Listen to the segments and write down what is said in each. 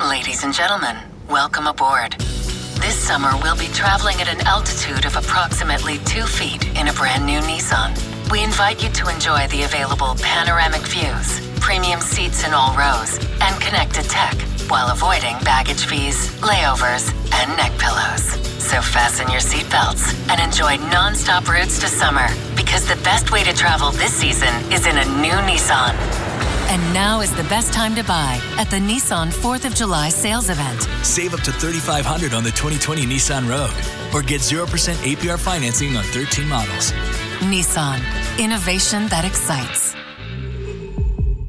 Ladies and gentlemen, welcome aboard. This summer, we'll be traveling at an altitude of approximately two feet in a brand new Nissan. We invite you to enjoy the available panoramic views, premium seats in all rows, and connected tech while avoiding baggage fees, layovers, and neck pillows. So fasten your seatbelts and enjoy non-stop routes to summer because the best way to travel this season is in a new Nissan. And now is the best time to buy at the Nissan 4th of July sales event. Save up to 3500 on the 2020 Nissan Rogue or get 0% APR financing on 13 models. Nissan, innovation that excites.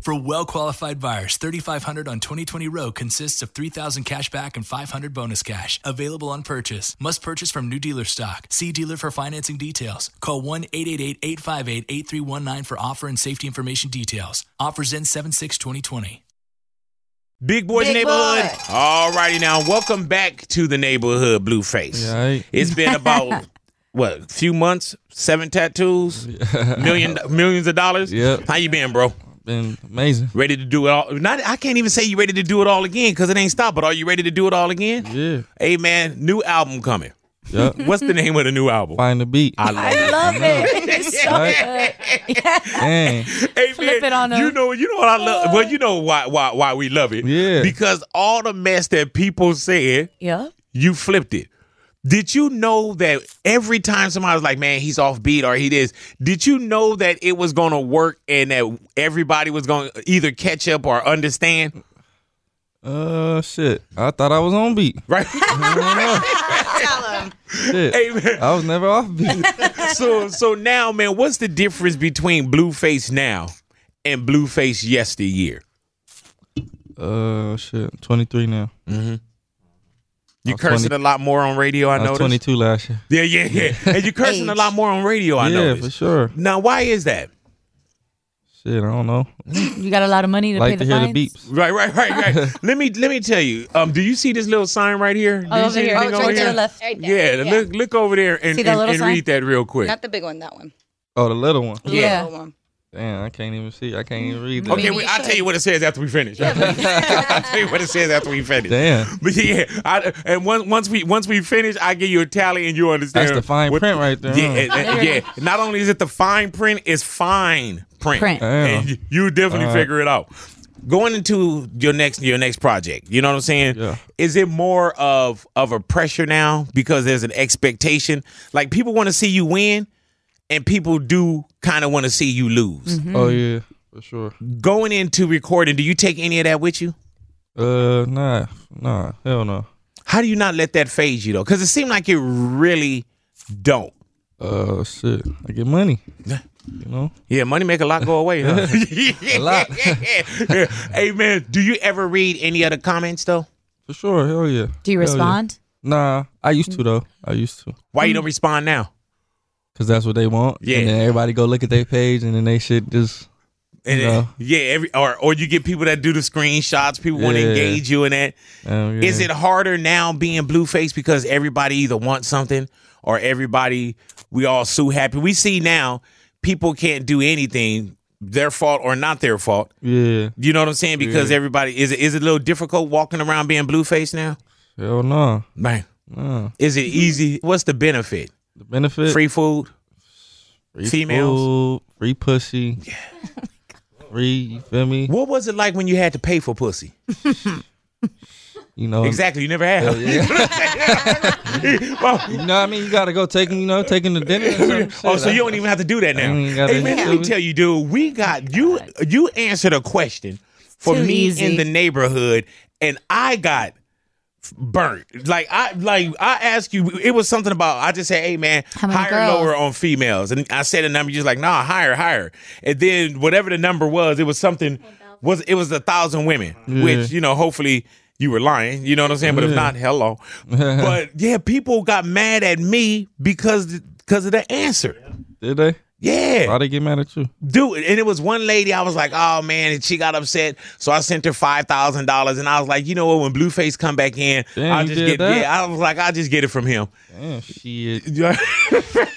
For well-qualified buyers, 3500 on 2020 Rogue consists of 3000 cash back and 500 bonus cash. Available on purchase. Must purchase from new dealer stock. See dealer for financing details. Call 1-888-858-8319 for offer and safety information details. Offers end 7-6-2020. Big Boys Big Neighborhood. Boy. All righty now. Welcome back to the neighborhood, Blueface. It's been about what, few months, seven tattoos, million millions of dollars. Yep. How you been, bro? Been amazing. Ready to do it all? Not I can't even say you ready to do it all again because it ain't stopped, but are you ready to do it all again? Yeah. Hey man, new album coming. Yep. What's the name of the new album? Find the beat. I love I it. love it. It's so Right. good. Dang. Hey, Flip it on you us. know, you know what I love. Well, you know why why why we love it. Yeah. Because all the mess that people said, Yeah. you flipped it. Did you know that every time somebody was like, "Man, he's off beat" or "He this," did you know that it was gonna work and that everybody was gonna either catch up or understand? Uh, shit. I thought I was on beat. Right? Shit. Hey, man. I was never off beat. so, so now, man, what's the difference between Blueface now and Blueface yesteryear? Uh, shit. I'm 23 now. You was cursing 20 a lot more on radio. I, I was noticed. 22 last year. Yeah, yeah, yeah. And you cursing a Age. lot more on radio. I yeah, noticed. for sure. Now, why is that? Shit, I don't know. You got a lot of money to pay like the to hear fines? the beeps. Right, right, right, right. let me let me tell you. Um, do you see this little sign right here? Do you Over see here. this Oh, thing it's over right to here? the left. Right Yeah, there. look look over there and, See that and, little and sign? read that real quick. Not the big one, that one. Oh, the little one. The Yeah. little one. Damn, I can't even see. I can't even read that. okay, we, you I'll should. tell you what it says after we finish. I'll tell you what it says after we finish. Damn. But yeah, I, and once once we once we finish, I give you a tally and you understand. That's the fine what- print right there. Yeah, huh? and- and- yeah. Not only is it the fine print, it's fine print. Print. And Damn. you- you definitely All right. figure it out. Going into your next your next project, you know what I'm saying? Yeah. Is it more of of a pressure now because there's an expectation? Like people want to see you win, and people do kind of want to see you lose. Mm-hmm. Oh, yeah, for sure. Going into recording, do you take any of that with you? Uh, nah. Nah. Hell no. How do you not let that phase you though? Because it seemed like you really don't. Uh, shit. I get money. You know? Yeah, money make a lot go away. Huh? A lot. yeah. Hey man, do you ever read any of the comments though? For sure. Hell yeah. Do you Hell yeah. respond? Nah, I used to though. I used to, Why you don't respond now? cause that's what they want. Yeah. And then everybody go look at their page, and then they shit just And No. uh, yeah, every or or you get people that do the screenshots. People want to Yeah. engage you in that. um, Is it harder now being blueface because everybody either wants something or everybody we all so happy. We see now people can't do anything, their fault or not their fault. Yeah. You know what I'm saying? Because everybody is it is it a little difficult walking around being blueface now? Hell no. Man, No. is it easy? What's the benefit? The benefit. Free food. free females. food, free pussy. Yeah. Free. You feel me? What was it like when you had to pay for pussy? You know. Exactly, you never had. Hell Um, yeah. Well, you know what I mean? You gotta go take 'em, You know, taking the dinner. Or some Oh, shit. so you don't even have to do that now. don't even gotta Hey, man, do let me it. tell you, dude, we got you. You answered a question for Too me in easy. the neighborhood, and I got burnt. Like I, like I asked you, it was something about. I just said, "Hey, man, How many higher, girls? lower on females," and I said a number. You're just like, "Nah, higher, higher," and then whatever the number was, it was something. Was it was a thousand women, which you know, hopefully. You were lying, you know what I'm saying? But if not, hello. but yeah, people got mad at me because because of the answer. Did they? Yeah, Why they get mad at you? dude. And it was one lady. I was like, oh man, and she got upset. So I sent her five thousand dollars, and I was like, you know what? When Blueface come back in, Damn, I'll you just did get. that? Yeah, I was like, I'll just get it from him. Damn, shit. like,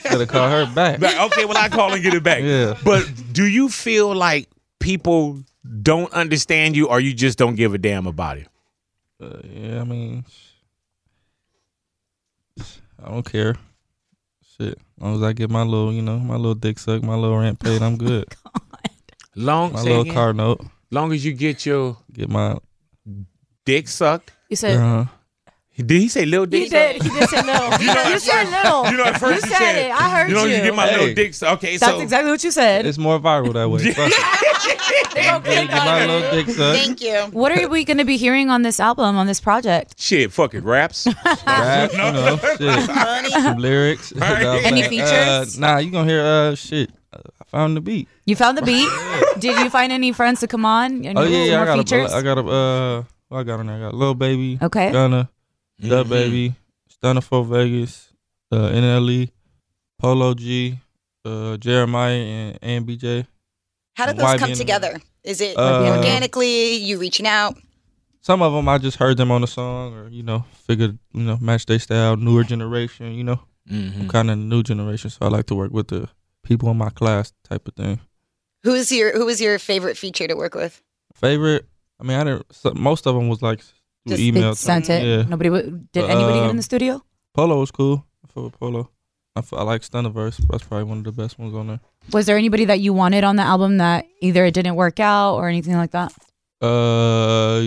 Gotta call her back. okay, well I call and get it back. Yeah. But do you feel like people don't understand you, or you just don't give a damn about it? Uh, yeah, I mean, I don't care. Shit, as long as I get my little, you know, my little dick sucked, my little rent paid, I'm good. Long, My say little again. car note, long as you get your get my. dick sucked. You said Uh-huh. Did he say little dick? he did. He did say little. you, said little. You know, at first You you, said it. I heard you. know, you. you get my Hey. little dick sucked. Okay, That's so exactly what you said. It's more viral that way. Fuck it. Get my little dick sucked. Thank you. What are we going to be hearing on this album, on this project? shit. Fuck it, raps. Rap, you know, shit. Some lyrics. Any Uh, features? nah, you gonna hear uh shit. I found the beat. You found the beat. Did you find any friends to come on? Any Oh yeah, yeah. I more got features? a, I got a, uh, what I got on there. I got Lil Baby. Okay. Gunna, Da Baby, Stunner for Vegas, uh, NLE, Polo G, uh, Jeremiah, and, and BJ. How did Why those come being- together? Is it Uh, organically? You reaching out? Some of them I just heard them on a song, or you know, figured you know match their style, newer generation. You know, I'm kind of new generation, so I like to work with the people in my class type of thing. Who is your Who is your favorite feature to work with? Favorite? I mean, I didn't. So, most of them was like through Just email. They sent type. it. Yeah. Nobody. w- Did But, anybody get in um, the studio? Polo was cool. I fuck with Polo. I, f- I like Stunnerverse. That's probably one of the best ones on there. Was there anybody that you wanted on the album that either it didn't work out or anything like that? Uh,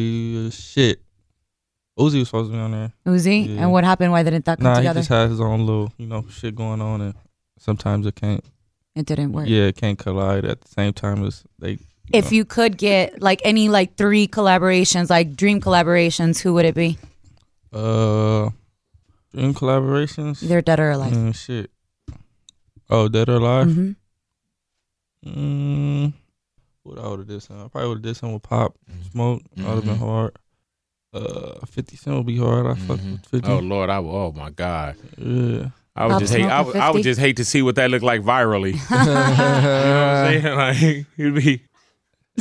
shit. Uzi was supposed to be on there. Uzi. Yeah. And what happened? Why didn't that come nah, together? he just had his own little, you know, shit going on, and sometimes it can't. it didn't work. Yeah, it can't collide at the same time as they. If you could get like any like three collaborations, like dream collaborations, who would it be? Uh, in collaborations. Either dead or alive. Mm, shit. Oh, dead or alive. hmm Mm, what I would have did something. I probably would have did something with Pop Smoke. That would have been hard. Uh, Fifty Cent would be hard. I fuck with Fifty. Oh Lord, I would, oh my God, Yeah. I would Pop just hate. I Smoke would, I would 50. just hate to see what that looked like virally. you know what I'm saying? Like, it'd be.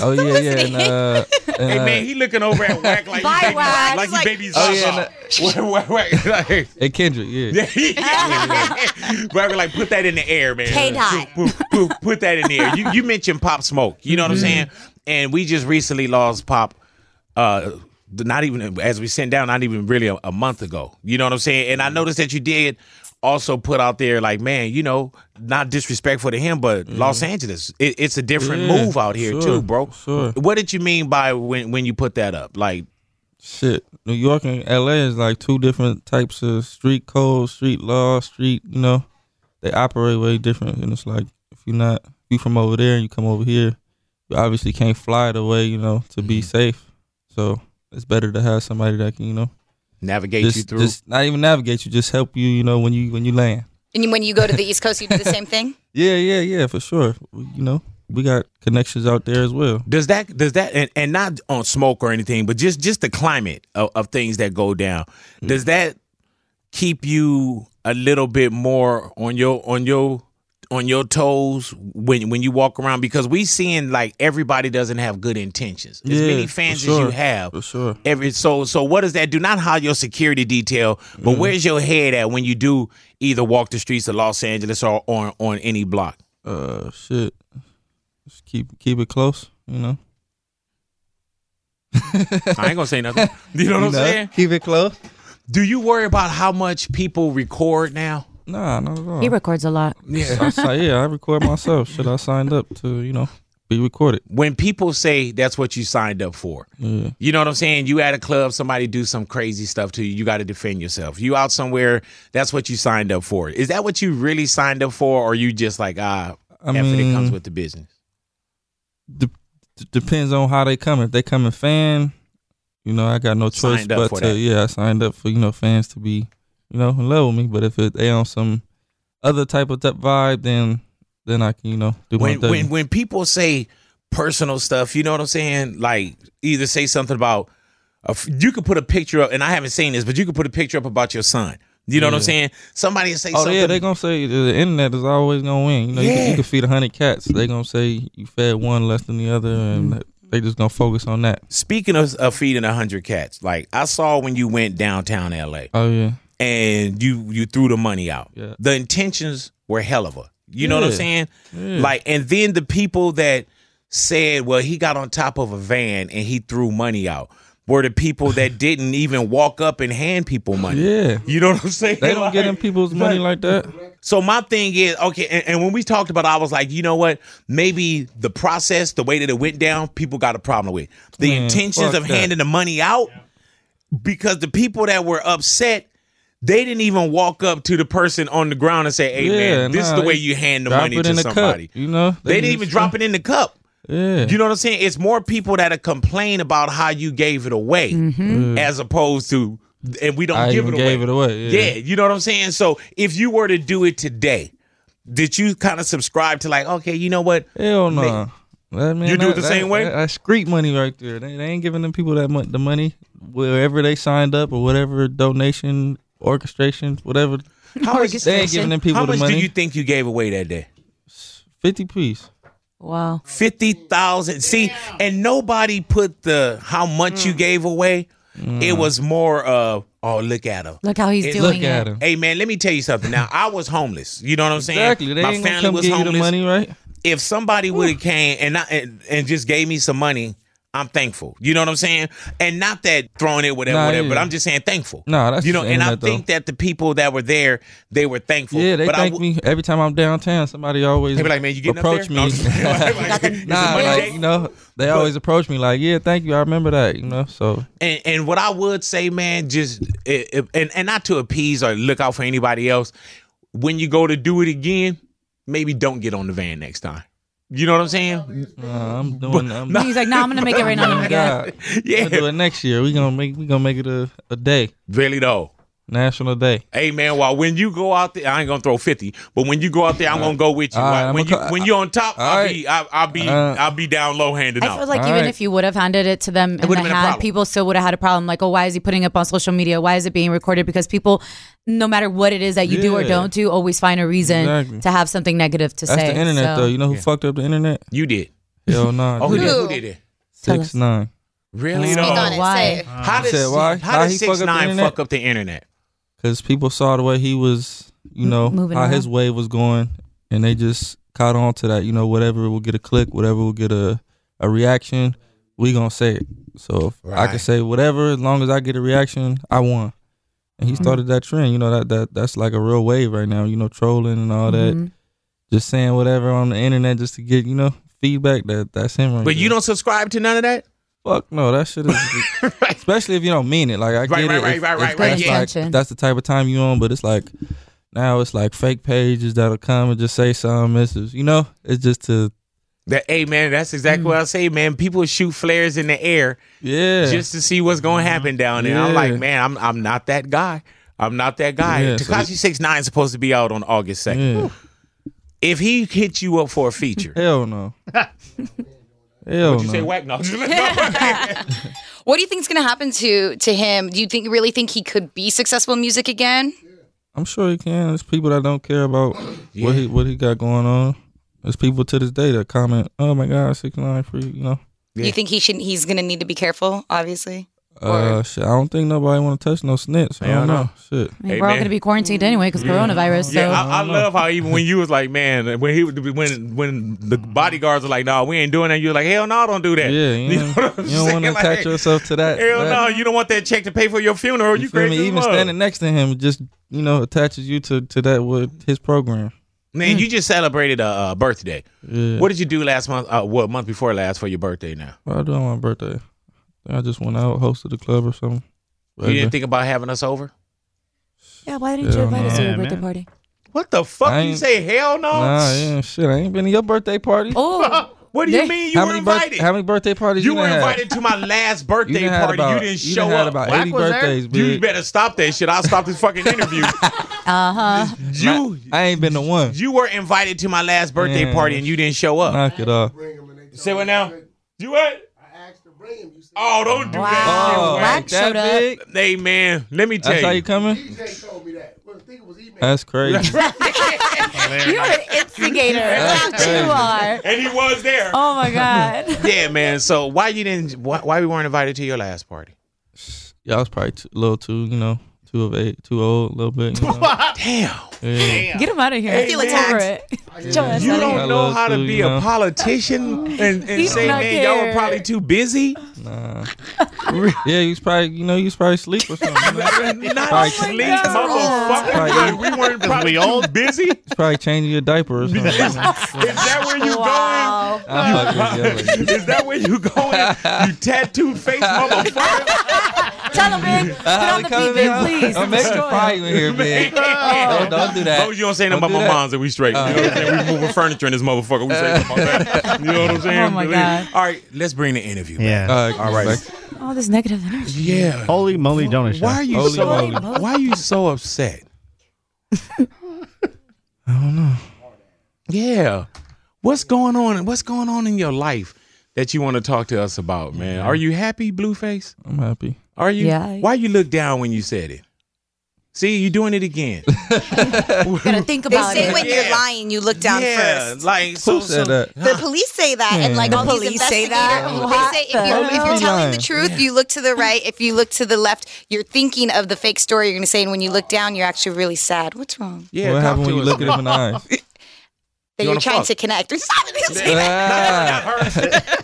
Oh yeah, yeah. And, uh, and, Hey uh, man, he looking over at whack like Bye, he baby, Wack. like he Like- baby Oh, yeah, Zaza. Whack, whack, whack, like- and Kendrick. Yeah. Yeah, yeah. Whack, like put that in the air, man. K dot. Put, put- put that in the air. You, you mentioned Pop Smoke. You know what Mm-hmm. I'm saying? And we just recently lost Pop. Uh, not even as we sent down, not even really a, a month ago. You know what I'm saying? Mm-hmm. And I noticed that you did also put out there like, man, you know, not disrespectful to him, but Los Angeles, it, it's a different Mm-hmm. Yeah, move out here sure, too, bro. sure. What did you mean by when when you put that up? Like, Shit, New York and L.A. is like two different types of street code, street law, street. You know, they operate way different, and it's like if you're not, if you from over there and you come over here, you obviously can't fly the way you know to be safe. So it's better to have somebody that can, you know, navigate you just, through. just not even navigate you, just help you, you know, when you when you land. And when you go to the East Coast, you do the same thing. Yeah, yeah, yeah, for sure. We- You know, we got connections out there as well. Does that does that and, and not on smoke or anything, but just just the climate of, of things that go down. Does Mm-hmm. that keep you a little bit more on your on your on your toes when when you walk around because we seeing like everybody doesn't have good intentions. As Yeah, many for fans as sure, you have, for sure. Every so so what does that do? Not how your security detail, but Mm-hmm. where's your head at when you do either walk the streets of Los Angeles or on on any block? Uh, shit. Just keep keep it close, you know. I ain't gonna say nothing. You know what I'm You know, saying? Keep it close. Do you worry about how much people record now? Nah, not at all. He records a lot. I si- yeah, I record myself. Shit, I signed up to, you know, be recorded. When people say that's what you signed up for, Yeah. you know what I'm saying? You at a club, somebody do some crazy stuff to you, you got to defend yourself. You out somewhere, that's what you signed up for. Is that what you really signed up for, or you just like ah, I effort it mean- comes with the business? De- d- depends on how they come. If they come in fan, you know, I got no choice Signed up but for to that. yeah, I signed up for, you know, fans to be, you know, in love with me. But if it, they on some other type of type vibe, then then I can, you know, do when my thing. when when people say personal stuff, you know what I'm saying? Like either say something about a f you could put a picture up, and I haven't seen this, but you could put a picture up about your son. You know what I'm saying? Somebody say Oh something. yeah, they gonna say the the internet is always gonna win. You know, you, can, Yeah. you can feed hundred cats. They gonna say you fed one less than the other, and Mm-hmm. they just gonna focus on that. Speaking of, of feeding a hundred cats, like I saw when you went downtown LA Oh yeah, and you you threw the money out. Yeah. The intentions were hell of a. You know what I'm Yeah. saying? Like, and then the people that said, "Well, he got on top of a van and he threw money out." were the people that didn't even walk up and hand people money. Yeah. You know what I'm saying? They don't get in Like- people's money like that. so my thing is okay, and, and when we talked about, it, I was like, you know what? Maybe the process, the way that it went down, people got a problem with the Man, intentions Mm, fuck of that. handing the money out, because the people that were upset. They didn't even walk up to the person on the ground and say, "Hey yeah, man, this is nah, the way they you hand the drop money it to in the somebody." Cup, you know, They, didn't even drop it in the cup. Yeah, You know what I'm saying? It's more people that'll complain about how you gave it away as opposed to and we don't I give even it away. gave it away. Yeah. Yeah. you know what I'm saying? So if you were to do it today, did you kind of subscribe to like, okay, you know what? hell no. That, man, You do it that- the same that- way? That, that's street money right there. They, they ain't giving them people that mon- the money wherever they signed up or whatever donation, orchestration, whatever. How much, They ain't giving them people how the much money. do you think you gave away that day? Fifty piece. Wow. Fifty thousand. See, and nobody put the how much you gave away. Mm. It was more of, oh, look at him. Look how he's It- doing Look it. at him. Hey man, let me tell you something. Now I was homeless. You know what I'm saying? Exactly. They My ain't gonna family come was give you homeless. the money, right? If somebody would have came and, I, and and just gave me some money, I'm thankful. You know what I'm saying? And not that throwing it whatever, Nah, whatever. But yeah. I'm just saying thankful. Nah, that's you know. just And I internet, though. think that the people that were there, they were thankful. Yeah, they but thank I, me every time I'm downtown. Somebody always They be like, man, you getting approach up there? No, I'm me. just- Like, is it Nah, money like, day? you know, they always approach me like, yeah, thank you. I remember that, you know. So and and what I would say, man, just i- i- and and not to appease or look out for anybody else. When you go to do it again, maybe don't get on the van next time. You know what I'm saying? uh, I'm doing. I'm, He's like, no, nah, I'm gonna make it right now. I'm gonna get it. Oh God, Yeah. we'll do it next year. We gonna make we gonna make it a, a day, Really though. national day. Hey man, while when you go out there, I ain't gonna throw fifty, but when you go out there, I'm gonna go with you. All right, when I'ma you co- when you're on top, I'll right. be I'll, I'll be Uh, I'll be down low handing I out. feel like All even right. if you would have handed it to them in the would've been a hat, problem. people still would have had a problem. Like, oh, why is he putting up on social media? Why is it being recorded? Because people, no matter what it is that you do or Yeah. don't do, always find a reason Exactly. to have something negative to That's say. the internet, So- though. You know who fucked up the internet? you did. Hell no. Oh, who did, who Who? did it? Tell us. Six nine. Really Speak though? on it. why? Say it. How did said why? how Why did he fuck up six the nine internet? fuck up the internet? because people saw the way he was, you know, moving how around. his wave was going, and they just caught on to that. You know, whatever will get a click, whatever will get a a reaction, we gonna say it. So if I Right. can say whatever as long as I get a reaction, I won. And Mm-hmm. he started that trend. You know that that that's like a real wave right now. You know, trolling and all Mm-hmm. that, just saying whatever on the internet just to get you know feedback. That that's him. Right But you there. don't subscribe to none of that. Fuck no, that shit is. Especially if you don't mean it. Like I Right, get right, it. right, if- right, if right, that's right, like- yeah. Attention. if that's the type of time you on, but it's like now it's like fake pages that'll come and just say something. It's just, you know, it's just to That hey man, that's Mm. exactly what I say, man. People shoot flares in the air yeah. just to see what's gonna happen down there. I'm Yeah. like, man, I'm I'm not that guy. I'm not that guy. Yeah, so Takashi Six Nine is supposed to be out on August second. yeah. If he hits you up for a feature, Hell no. Hell you no. say whack no. no. What do you think is going to happen to to him? Do you think really think he could be successful in music again? I'm sure he can. There's people that don't care about what he what he got going on. There's people to this day that comment, "Oh my God, six nine free," you know. Yeah. You think he should? He's going to need to be careful, obviously. Uh, shit, I don't think nobody want to touch no snitch. I Hell don't no. know. Shit. I mean, Hey, we're all man. going to be quarantined anyway because coronavirus. Yeah, so I, I love how even when you was like, man, when he when when the bodyguards are like, no, we ain't doing that. You're like, hell no, don't do that. Yeah, you, You know, know what I'm you don't want to saying? attach Like, yourself to that. Hell that- no, you don't want that check to pay for your funeral. You, You feel crazy? me? as Even fuck. standing next to him just you know attaches you to to that with his program. Man, you just celebrated a uh, birthday. Mm. Yeah. What did you do last month? Uh, what month before last for your birthday? Now What I do on my birthday? I just went out, hosted a club or something. you didn't But think about having us over? yeah, why didn't you Yeah, invite us to your man. birthday party? What the I fuck? You ain't- say hell no? Nah, yeah, shit. I ain't been to your birthday party. Oh, What do you They- mean you were birth- invited? how many birthday parties you, you were done had? invited to my last You birthday done had party. about- you didn't you show done had up. about Whack eighty was there? birthdays, You bitch. better stop that shit. I'll stop this fucking interview. uh huh. you I ain't been to one. you were invited to my last birthday Man. party and you didn't show up. Knock it off. Oh, Say what now? You what? Oh, don't do that. Wow. Oh, Black that showed up. big? shit. Hey man, let me tell That's how you. you coming? That's crazy. You're an instigator. That's crazy. what you are. and he was there. Oh my God. Yeah, man. So why you didn't? Why, why we weren't invited to your last party? Y'all was probably too, a little too, you know, too of eight, too old, a little bit. You know? Damn. Yeah. Get him out of here. I feel Joe, You don't I know love how to to, be you know. a politician and, and He's say, not man, y'all were here. probably too busy. Nah. yeah, you was probably you know you was probably asleep or something. You know? Not sleep, motherfucker. We weren't probably all busy. It's probably changing your diaper or something. Is that where you Wow. I'm fucking with you. I'm like, going? Is that where you going? You tattooed face motherfucker. Tell him, man. Put Uh, on the beat, man, please. I'm making a fire in here, man. Don't, don't do As that. long as you don't say nothing about Don't do my that. Uh. mom's and we straight. You know what I'm saying? We moving furniture in this motherfucker. We straight. You know what I'm saying? Oh, my God. All right, let's bring the interview. back. Yeah. All right, all right. All this negative energy. Yeah. Holy moly, donut shop. Why are you Holy so moly. Why are you so upset? I don't know. Yeah. What's going on? What's going on in your life that you want to talk to us about, man? Are you happy, Blueface? I'm happy. Are you? Yeah. Why you look down when you said it? See, you doing it again. Gotta think They about say it. when you're lying, you look down yeah, first. like so, Who said so- that? The police say that, and like The all police these say that? investigators- What They say the if you're, if hell? you're telling the Yeah. truth, you look to the right. If you look to the left, you're thinking of the fake story you're going to say, and when you look down, you're actually really sad. What's wrong? Yeah, what talk happened to when you us, look at man. him in the eyes? That You you are wanna trying fuck? to connect.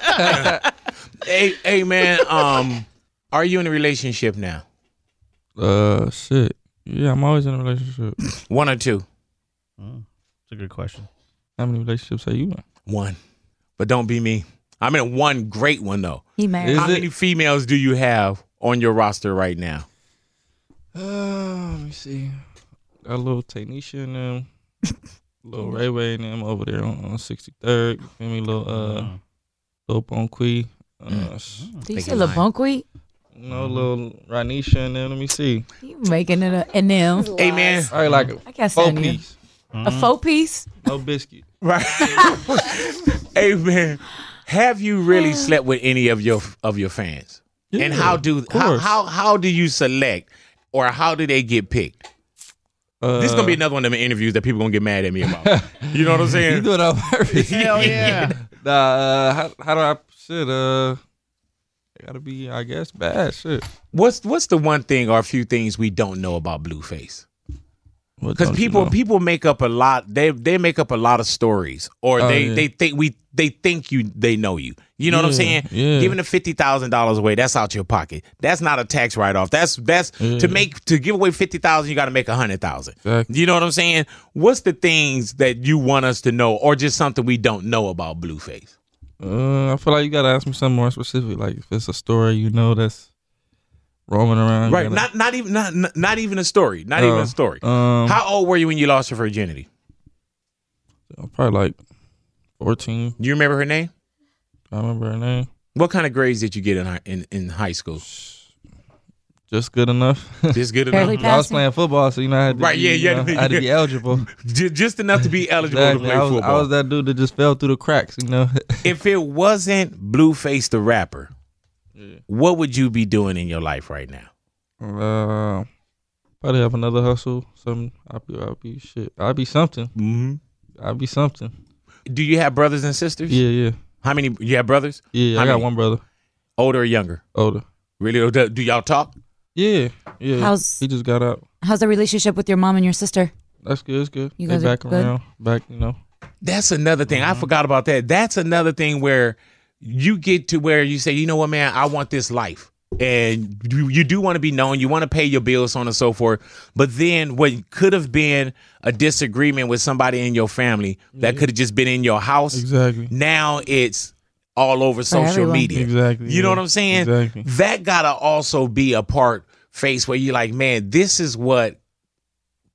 Ah, hey, hey, man. Um, are you in a relationship now? uh, shit. Yeah, I'm always in a relationship. One or two? That's a good question. How many relationships are you in? One. But don't be me. I'm in one great one though. He married. Is How it- many females do you have on your roster right now? Uh, let me see. Got a little Tanisha in them, little Ray Ray in them over there on, on 63rd. You feel me? Little uh, little Bonqui. Uh, s- Do you say Thinking lying. Lebonqui? you know, little Ranisha in them. Let me see. You making it a, an M. Hey man. All right, like a I can't four stand you. piece, A Mm-hmm. faux piece? no biscuit. Right. hey man. Have you really slept with any of your of your fans? and Yeah, how do of how, course. how how do you select or how do they get picked? Uh, this is gonna be another one of them interviews that people gonna get mad at me about. you know what I'm You saying? do it on purpose. Hell yeah. nah, uh, how, how do I shit? Uh, it gotta be, I guess, bad shit. What's what's the one thing or a few things we don't know about Blueface? What because don't you people know? people make up a lot they they make up a lot of stories or Oh, they yeah. they think we they think you they know you you know what i'm Yeah, saying yeah. giving the fifty thousand dollars away that's out your pocket that's not a tax write-off that's that's to make to give away fifty thousand you got to make a hundred thousand Exactly. you know what i'm saying what's the things that you want us to know or just something we don't know about blueface Uh, I feel like you gotta ask me something more specific. Like if it's a story you know that's roaming around, you right gotta- not not even not not- not even a story not even Oh, a story Um, how old were you when you lost your virginity probably like fourteen. you remember her name I remember her name. what kind of grades did you get in hi- in, in high school Just good enough. just good enough Barely I was passing. playing football, so you know I had to Right, Be, yeah, you yeah, know, I mean, I had to be yeah. eligible. Ju- just enough to be eligible Exactly. to play I, was, I football. was that dude that just fell through the cracks. You know, if it wasn't Blueface the rapper, what would you be doing in your life right now? uh, probably have another hustle. Some I'll be, I'll be shit. I'll be something. Mm-hmm. I'll be something. Do you have brothers and sisters? Yeah, yeah, How many? You have brothers? yeah. How I got many? one brother Older or younger? older. Really? old? Do y'all talk? Yeah, yeah. How's- he just got out? How's the relationship with your mom and your sister? That's good. That's good. You they guys are back good? around. Back, you know. That's another thing. Mm-hmm. I forgot about that. That's another thing where you get to where you say, you know what, man, I want this life. And you, you do want to be known, you want to pay your bills, so on and so forth. But then what could have been a disagreement with somebody in your family that could have just been in your house. Mm-hmm. Exactly. Now it's all over social everyone. media. Exactly, You know yeah. what I'm saying? Exactly. That gotta also be a part face where you're like, man, this is what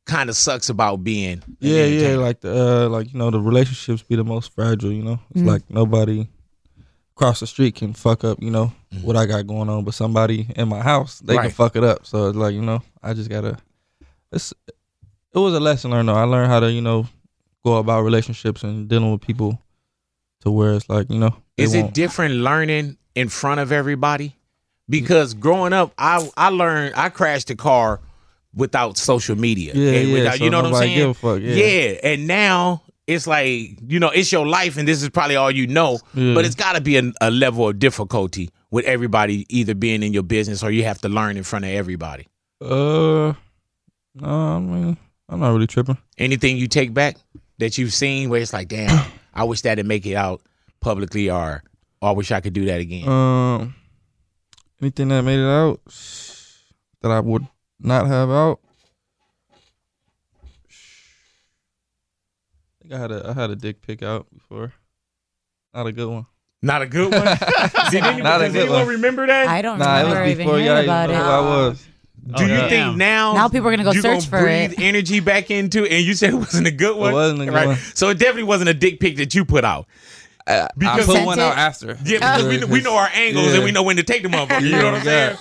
kind of sucks about being. an Yeah, yeah. entertainer. Like the uh, like you know the relationships be the most fragile. You know, it's Mm-hmm. like nobody across the street can fuck up. You know what I got going on, but somebody in my house they can Right. fuck it up. So it's like you know I just gotta. It's it was a lesson learned. Though. I learned how to you know go about relationships and dealing with people to where it's like you know they is it won't- Mm. different learning in front of everybody because growing up i i learned i crashed the car without social media Yeah, and yeah, without, so you know what i'm nobody saying give a fuck, yeah. and now it's like you know it's your life and this is probably all you know but it's got to be a, a level of difficulty with everybody either being in your business or you have to learn in front of everybody Uh, no, I mean I'm not really tripping. anything you take back that you've seen where it's like damn i wish that'd make it out publicly or or i wish i could do that again Um, Anything that made it out that I would not have out. I think I had a I had a dick pick out before. Not a good one. Not a good one. Did anyone, Not a does good anyone one. remember that? I don't Nah, it remember was even before uh, hearing y'all even about knew it. who I was. Do you Oh, yeah. think now Now people are gonna go you search for breathe it. energy back into it and you said it wasn't a good one? wasn't a good one. Uh, So it definitely wasn't a dick pic that you put out. I Because- put one out after. Yeah, because we, we know our angles Yeah. and we know when to take the motherfucker. You know what I'm saying?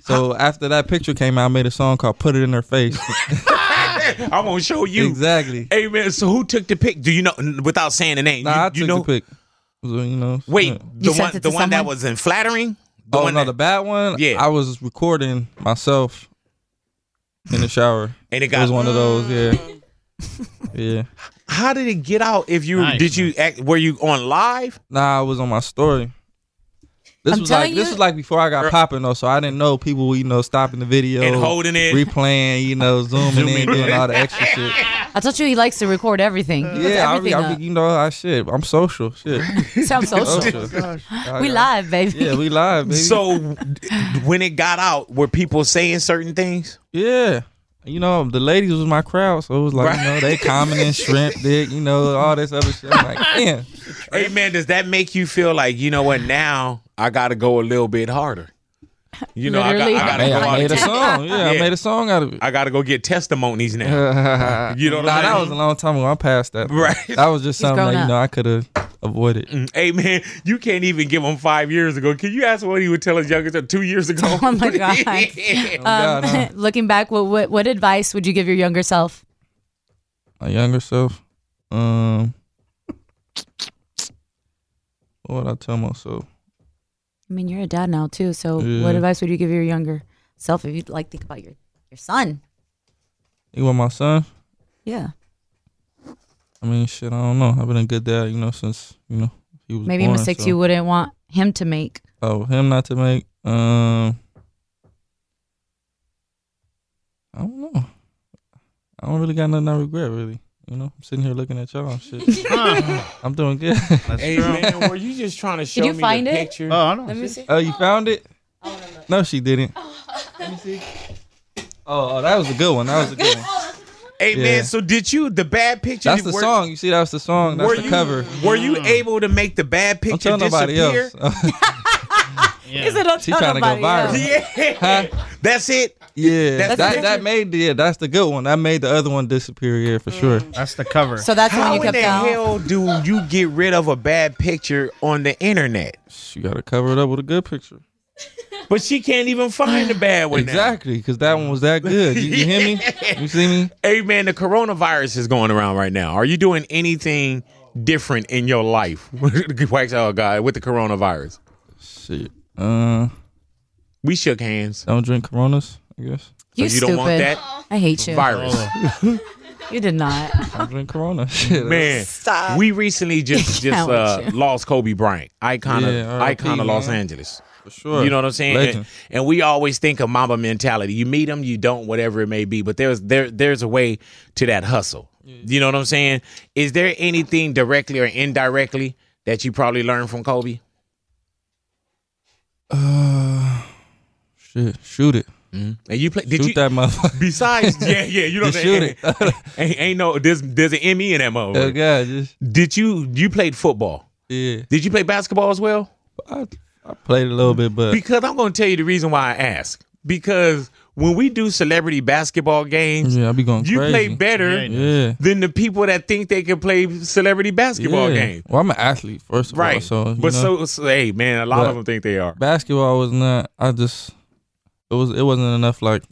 So after that picture came out, I made a song called "Put It in Her Face." I'm gonna show you. exactly. Hey man, so who took the pic? Do you know n- without saying the name? Nah, you, I you took know, the pic. So, you know. Wait, yeah. the sent one it the to one that someone? was in flattering? The oh one no, that, the bad one. Yeah. I was recording myself in the shower. and it It got was one of those. Yeah. Mm. yeah. How did it get out if you Nice, did you act were you on live? Nah, I was on my story. This I'm was telling like this you- was like before I got popping though, so I didn't know people were you know stopping the video And holding it. replaying, you know, zooming in, doing all the extra shit. I told you he likes to record everything. He puts Yeah, I, be- everything I, be- you know, I shit. I'm social, shit. up. So I'm social. social. we live, baby. Oh, Yeah, we live, baby. So d- when it got out, were people saying certain things? Yeah. You know, the ladies was my crowd, so it was like, you know, they commenting shrimp dick, you know, all this other shit. I'm like, man, Hey man, does that make you feel like you know what? Now I got to go a little bit harder. You know, I got, Literally. I got to hey, go. I out made a and- song. Yeah, I Yeah. made a song out of it. I got to go get testimonies now. You know what nah, I'm that saying? was a long time ago. I'm past that. Right. That was just something grown that, you up. know, I could have avoided. Hey man, you can't even give him five years ago. Can you ask what he would tell his younger self two years ago? Oh my god. Oh, God, huh? Um, looking back, what, what what advice would you give your younger self? my younger self. Um, what would I tell myself? I mean, you're a dad now too, so Yeah. what advice would you give your younger self if you like think about your your son? You want my son? Yeah, I mean, shit, I don't know. I've been a good dad, you know, since you know he was maybe born, mistakes so- you wouldn't want him to make. Oh, him not to make. Um, I don't know. I don't really got nothing I regret, really. You know, I'm sitting here looking at y'all. and Shit, I'm doing good. That's Hey true. man, Uh, were you just trying to show you me find the it? picture? Oh, I don't see. Oh, you found it? No, she didn't. Let me see. Oh, oh, that was a good one. That was a good one. hey yeah. man, so did you the Mm. bad picture? That's the were- song. You see, that was the song. That's were the you, cover. Were you able to make the bad Don't picture tell nobody disappear? else. Yeah. Is it on She trying to go viral. Yeah, that's it. yeah, That's the that picture? that made the yeah, that's the good one. That made the other one disappear. Yeah, for sure. That's the cover. So that's when How in you kept the out. hell do you get rid of a bad picture on the internet? You gotta cover it up with a good picture. But she can't even find the bad one. now. Exactly, because that one was that good. You, you hear me? You see me? Hey man, the coronavirus is going around right now. Are you doing anything different in your life? Wax out, guy, with the coronavirus. Shit. Uh, We shook hands. don't drink Coronas. I guess You, you stupid. don't want that? I hate you. Virus. You did not. don't drink Corona. Shit. Man, we recently just just Can't with uh, you. lost Kobe Bryant, icon of Yeah, RIP, icon of Los man. Angeles. for sure. You know what I'm saying? Legend. And, and we always think of Mamba mentality. You meet them, you don't, whatever it may be. But there's there there's a way to that hustle. You know what I'm saying? Is there anything directly or indirectly that you probably learned from Kobe? Uh, shit. Shoot it. And you play? Did Shoot you? that motherfucker. Besides, yeah, yeah, you know, Just shoot it. oh ain't, ain't no there's there's an ME in that mode. God, just Did you you played football? yeah. Did you play basketball as well? I, I played a little bit, but Because I'm going to tell you the reason why I ask. Because when we do celebrity basketball games, yeah, I be going you crazy. play better Yeah, Yeah. than the people that think they can play celebrity basketball yeah. games. Well, I'm an athlete first of all, Right. so you but so, know, so, hey, man, a lot But- of them think they are. basketball was not. I just it was it wasn't enough like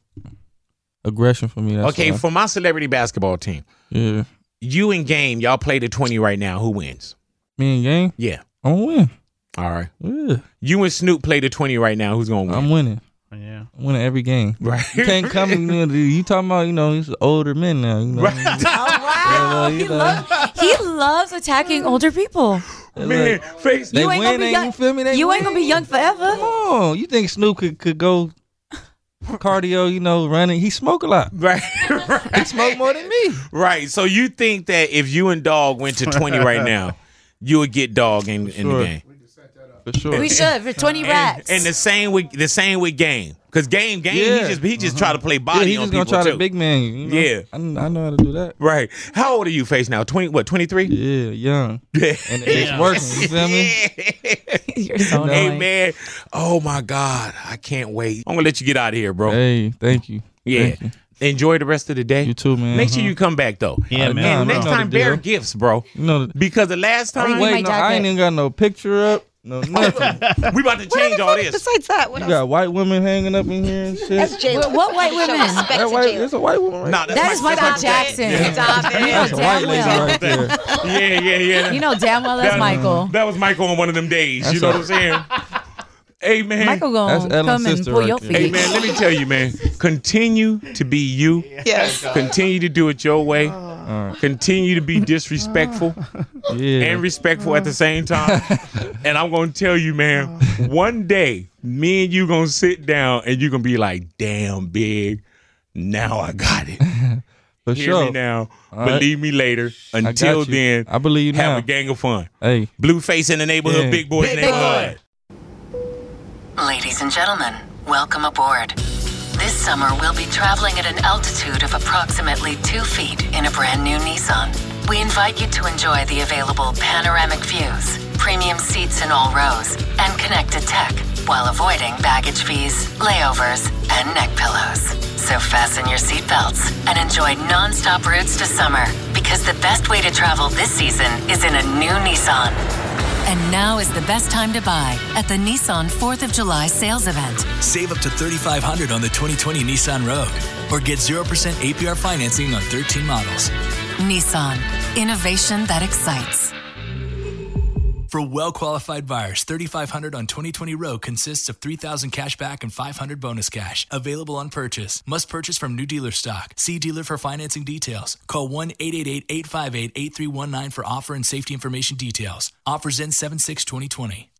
aggression for me. That's Okay, why. for my celebrity basketball team, yeah, you in game, y'all play the 20 right now. Who wins? me and game, Yeah. I'm gonna win. All right. Yeah, You and Snoop play the 20 right now. Who's going to win? I'm winning. yeah. I'm winning every game. right. You can't come. You, know, you talking about you know these older men now. You know, Right. wow, you he, know. loves, he loves attacking older people. They Man, like- face. they You ain't gonna win. be They, young- you feel me? They You ain't win. gonna be young Come forever. on, you think Snoop could, could go cardio? You know, running. He smoke a lot. Right, right, Smoke more than me. right. So you think that if you and Dog went to twenty right now, you would get Dog in, in the Sure. game? for sure. We should for twenty And, racks. and the same with the same with game, cause game game he Yeah. Uh-huh. just he just try to play yeah, body he on just people gonna try too. to big man you. you know? Yeah. I, kn- I know how to do that. right? How old are you, Face? Now twenty what? Twenty three? Yeah, young. Yeah. And it's working. You feel me? You're so Hey annoying. man, oh my God, I can't wait. I'm gonna let you get out of here, bro. Hey, thank you. yeah, Thank you. enjoy the rest of the day. You too, man. Uh-huh. Make sure you come back though. Yeah, I- man. nah, And nah. next Know the time, bear deal. gifts, bro. You know, the- Because the last time wait, no, I ain't even got no picture up. No nothing. we about to change all this. Besides that, what you else? got white women hanging up in here and shit. What, what white women? Respect That to white, Jalen. there's a white woman. Right Nah, there. that's That is my- Michael that's my- Jackson. that's a white damn lady well. right there. Yeah, yeah, yeah. You know damn well that's That- Michael. That was Michael on one of them days. you That's know all what I'm saying? hey man. Michael gonna That's Ellen's come and sister pull right your there. feet. Hey man, let me tell you, man. Continue to be you. Yes. Continue to do it your Oh. way. Uh, Continue to be disrespectful Yeah. Oh. and respectful at the same time. and I'm gonna tell you, man, one day me and you gonna sit down and you gonna be like, damn big. Now I got it. for Hear sure. me now. right. Believe me later. I got Until you. then, I believe you have now. a gang of fun. Hey. Blueface in the neighborhood, Yeah. big boy in the neighborhood. Ladies and gentlemen, welcome aboard. This summer, we'll be traveling at an altitude of approximately two feet in a brand new Nissan. We invite you to enjoy the available panoramic views, premium seats in all rows, and connected tech while avoiding baggage fees, layovers, and neck pillows. So fasten your seatbelts and enjoy non-stop routes to summer because the best way to travel this season is in a new Nissan. And now is the best time to buy at the Nissan 4th of July sales event. Save up to 3500 on the 2020 Nissan Rogue or get 0% APR financing on 13 models. Nissan, innovation that excites. For well qualified buyers, 3500 on 2020 Rogue consists of 3000 cash back and 500 bonus cash available on purchase. Must purchase from new dealer stock. See dealer for financing details. Call 1 888 858 8319 for offer and safety information details. Offers end 7 6 2020.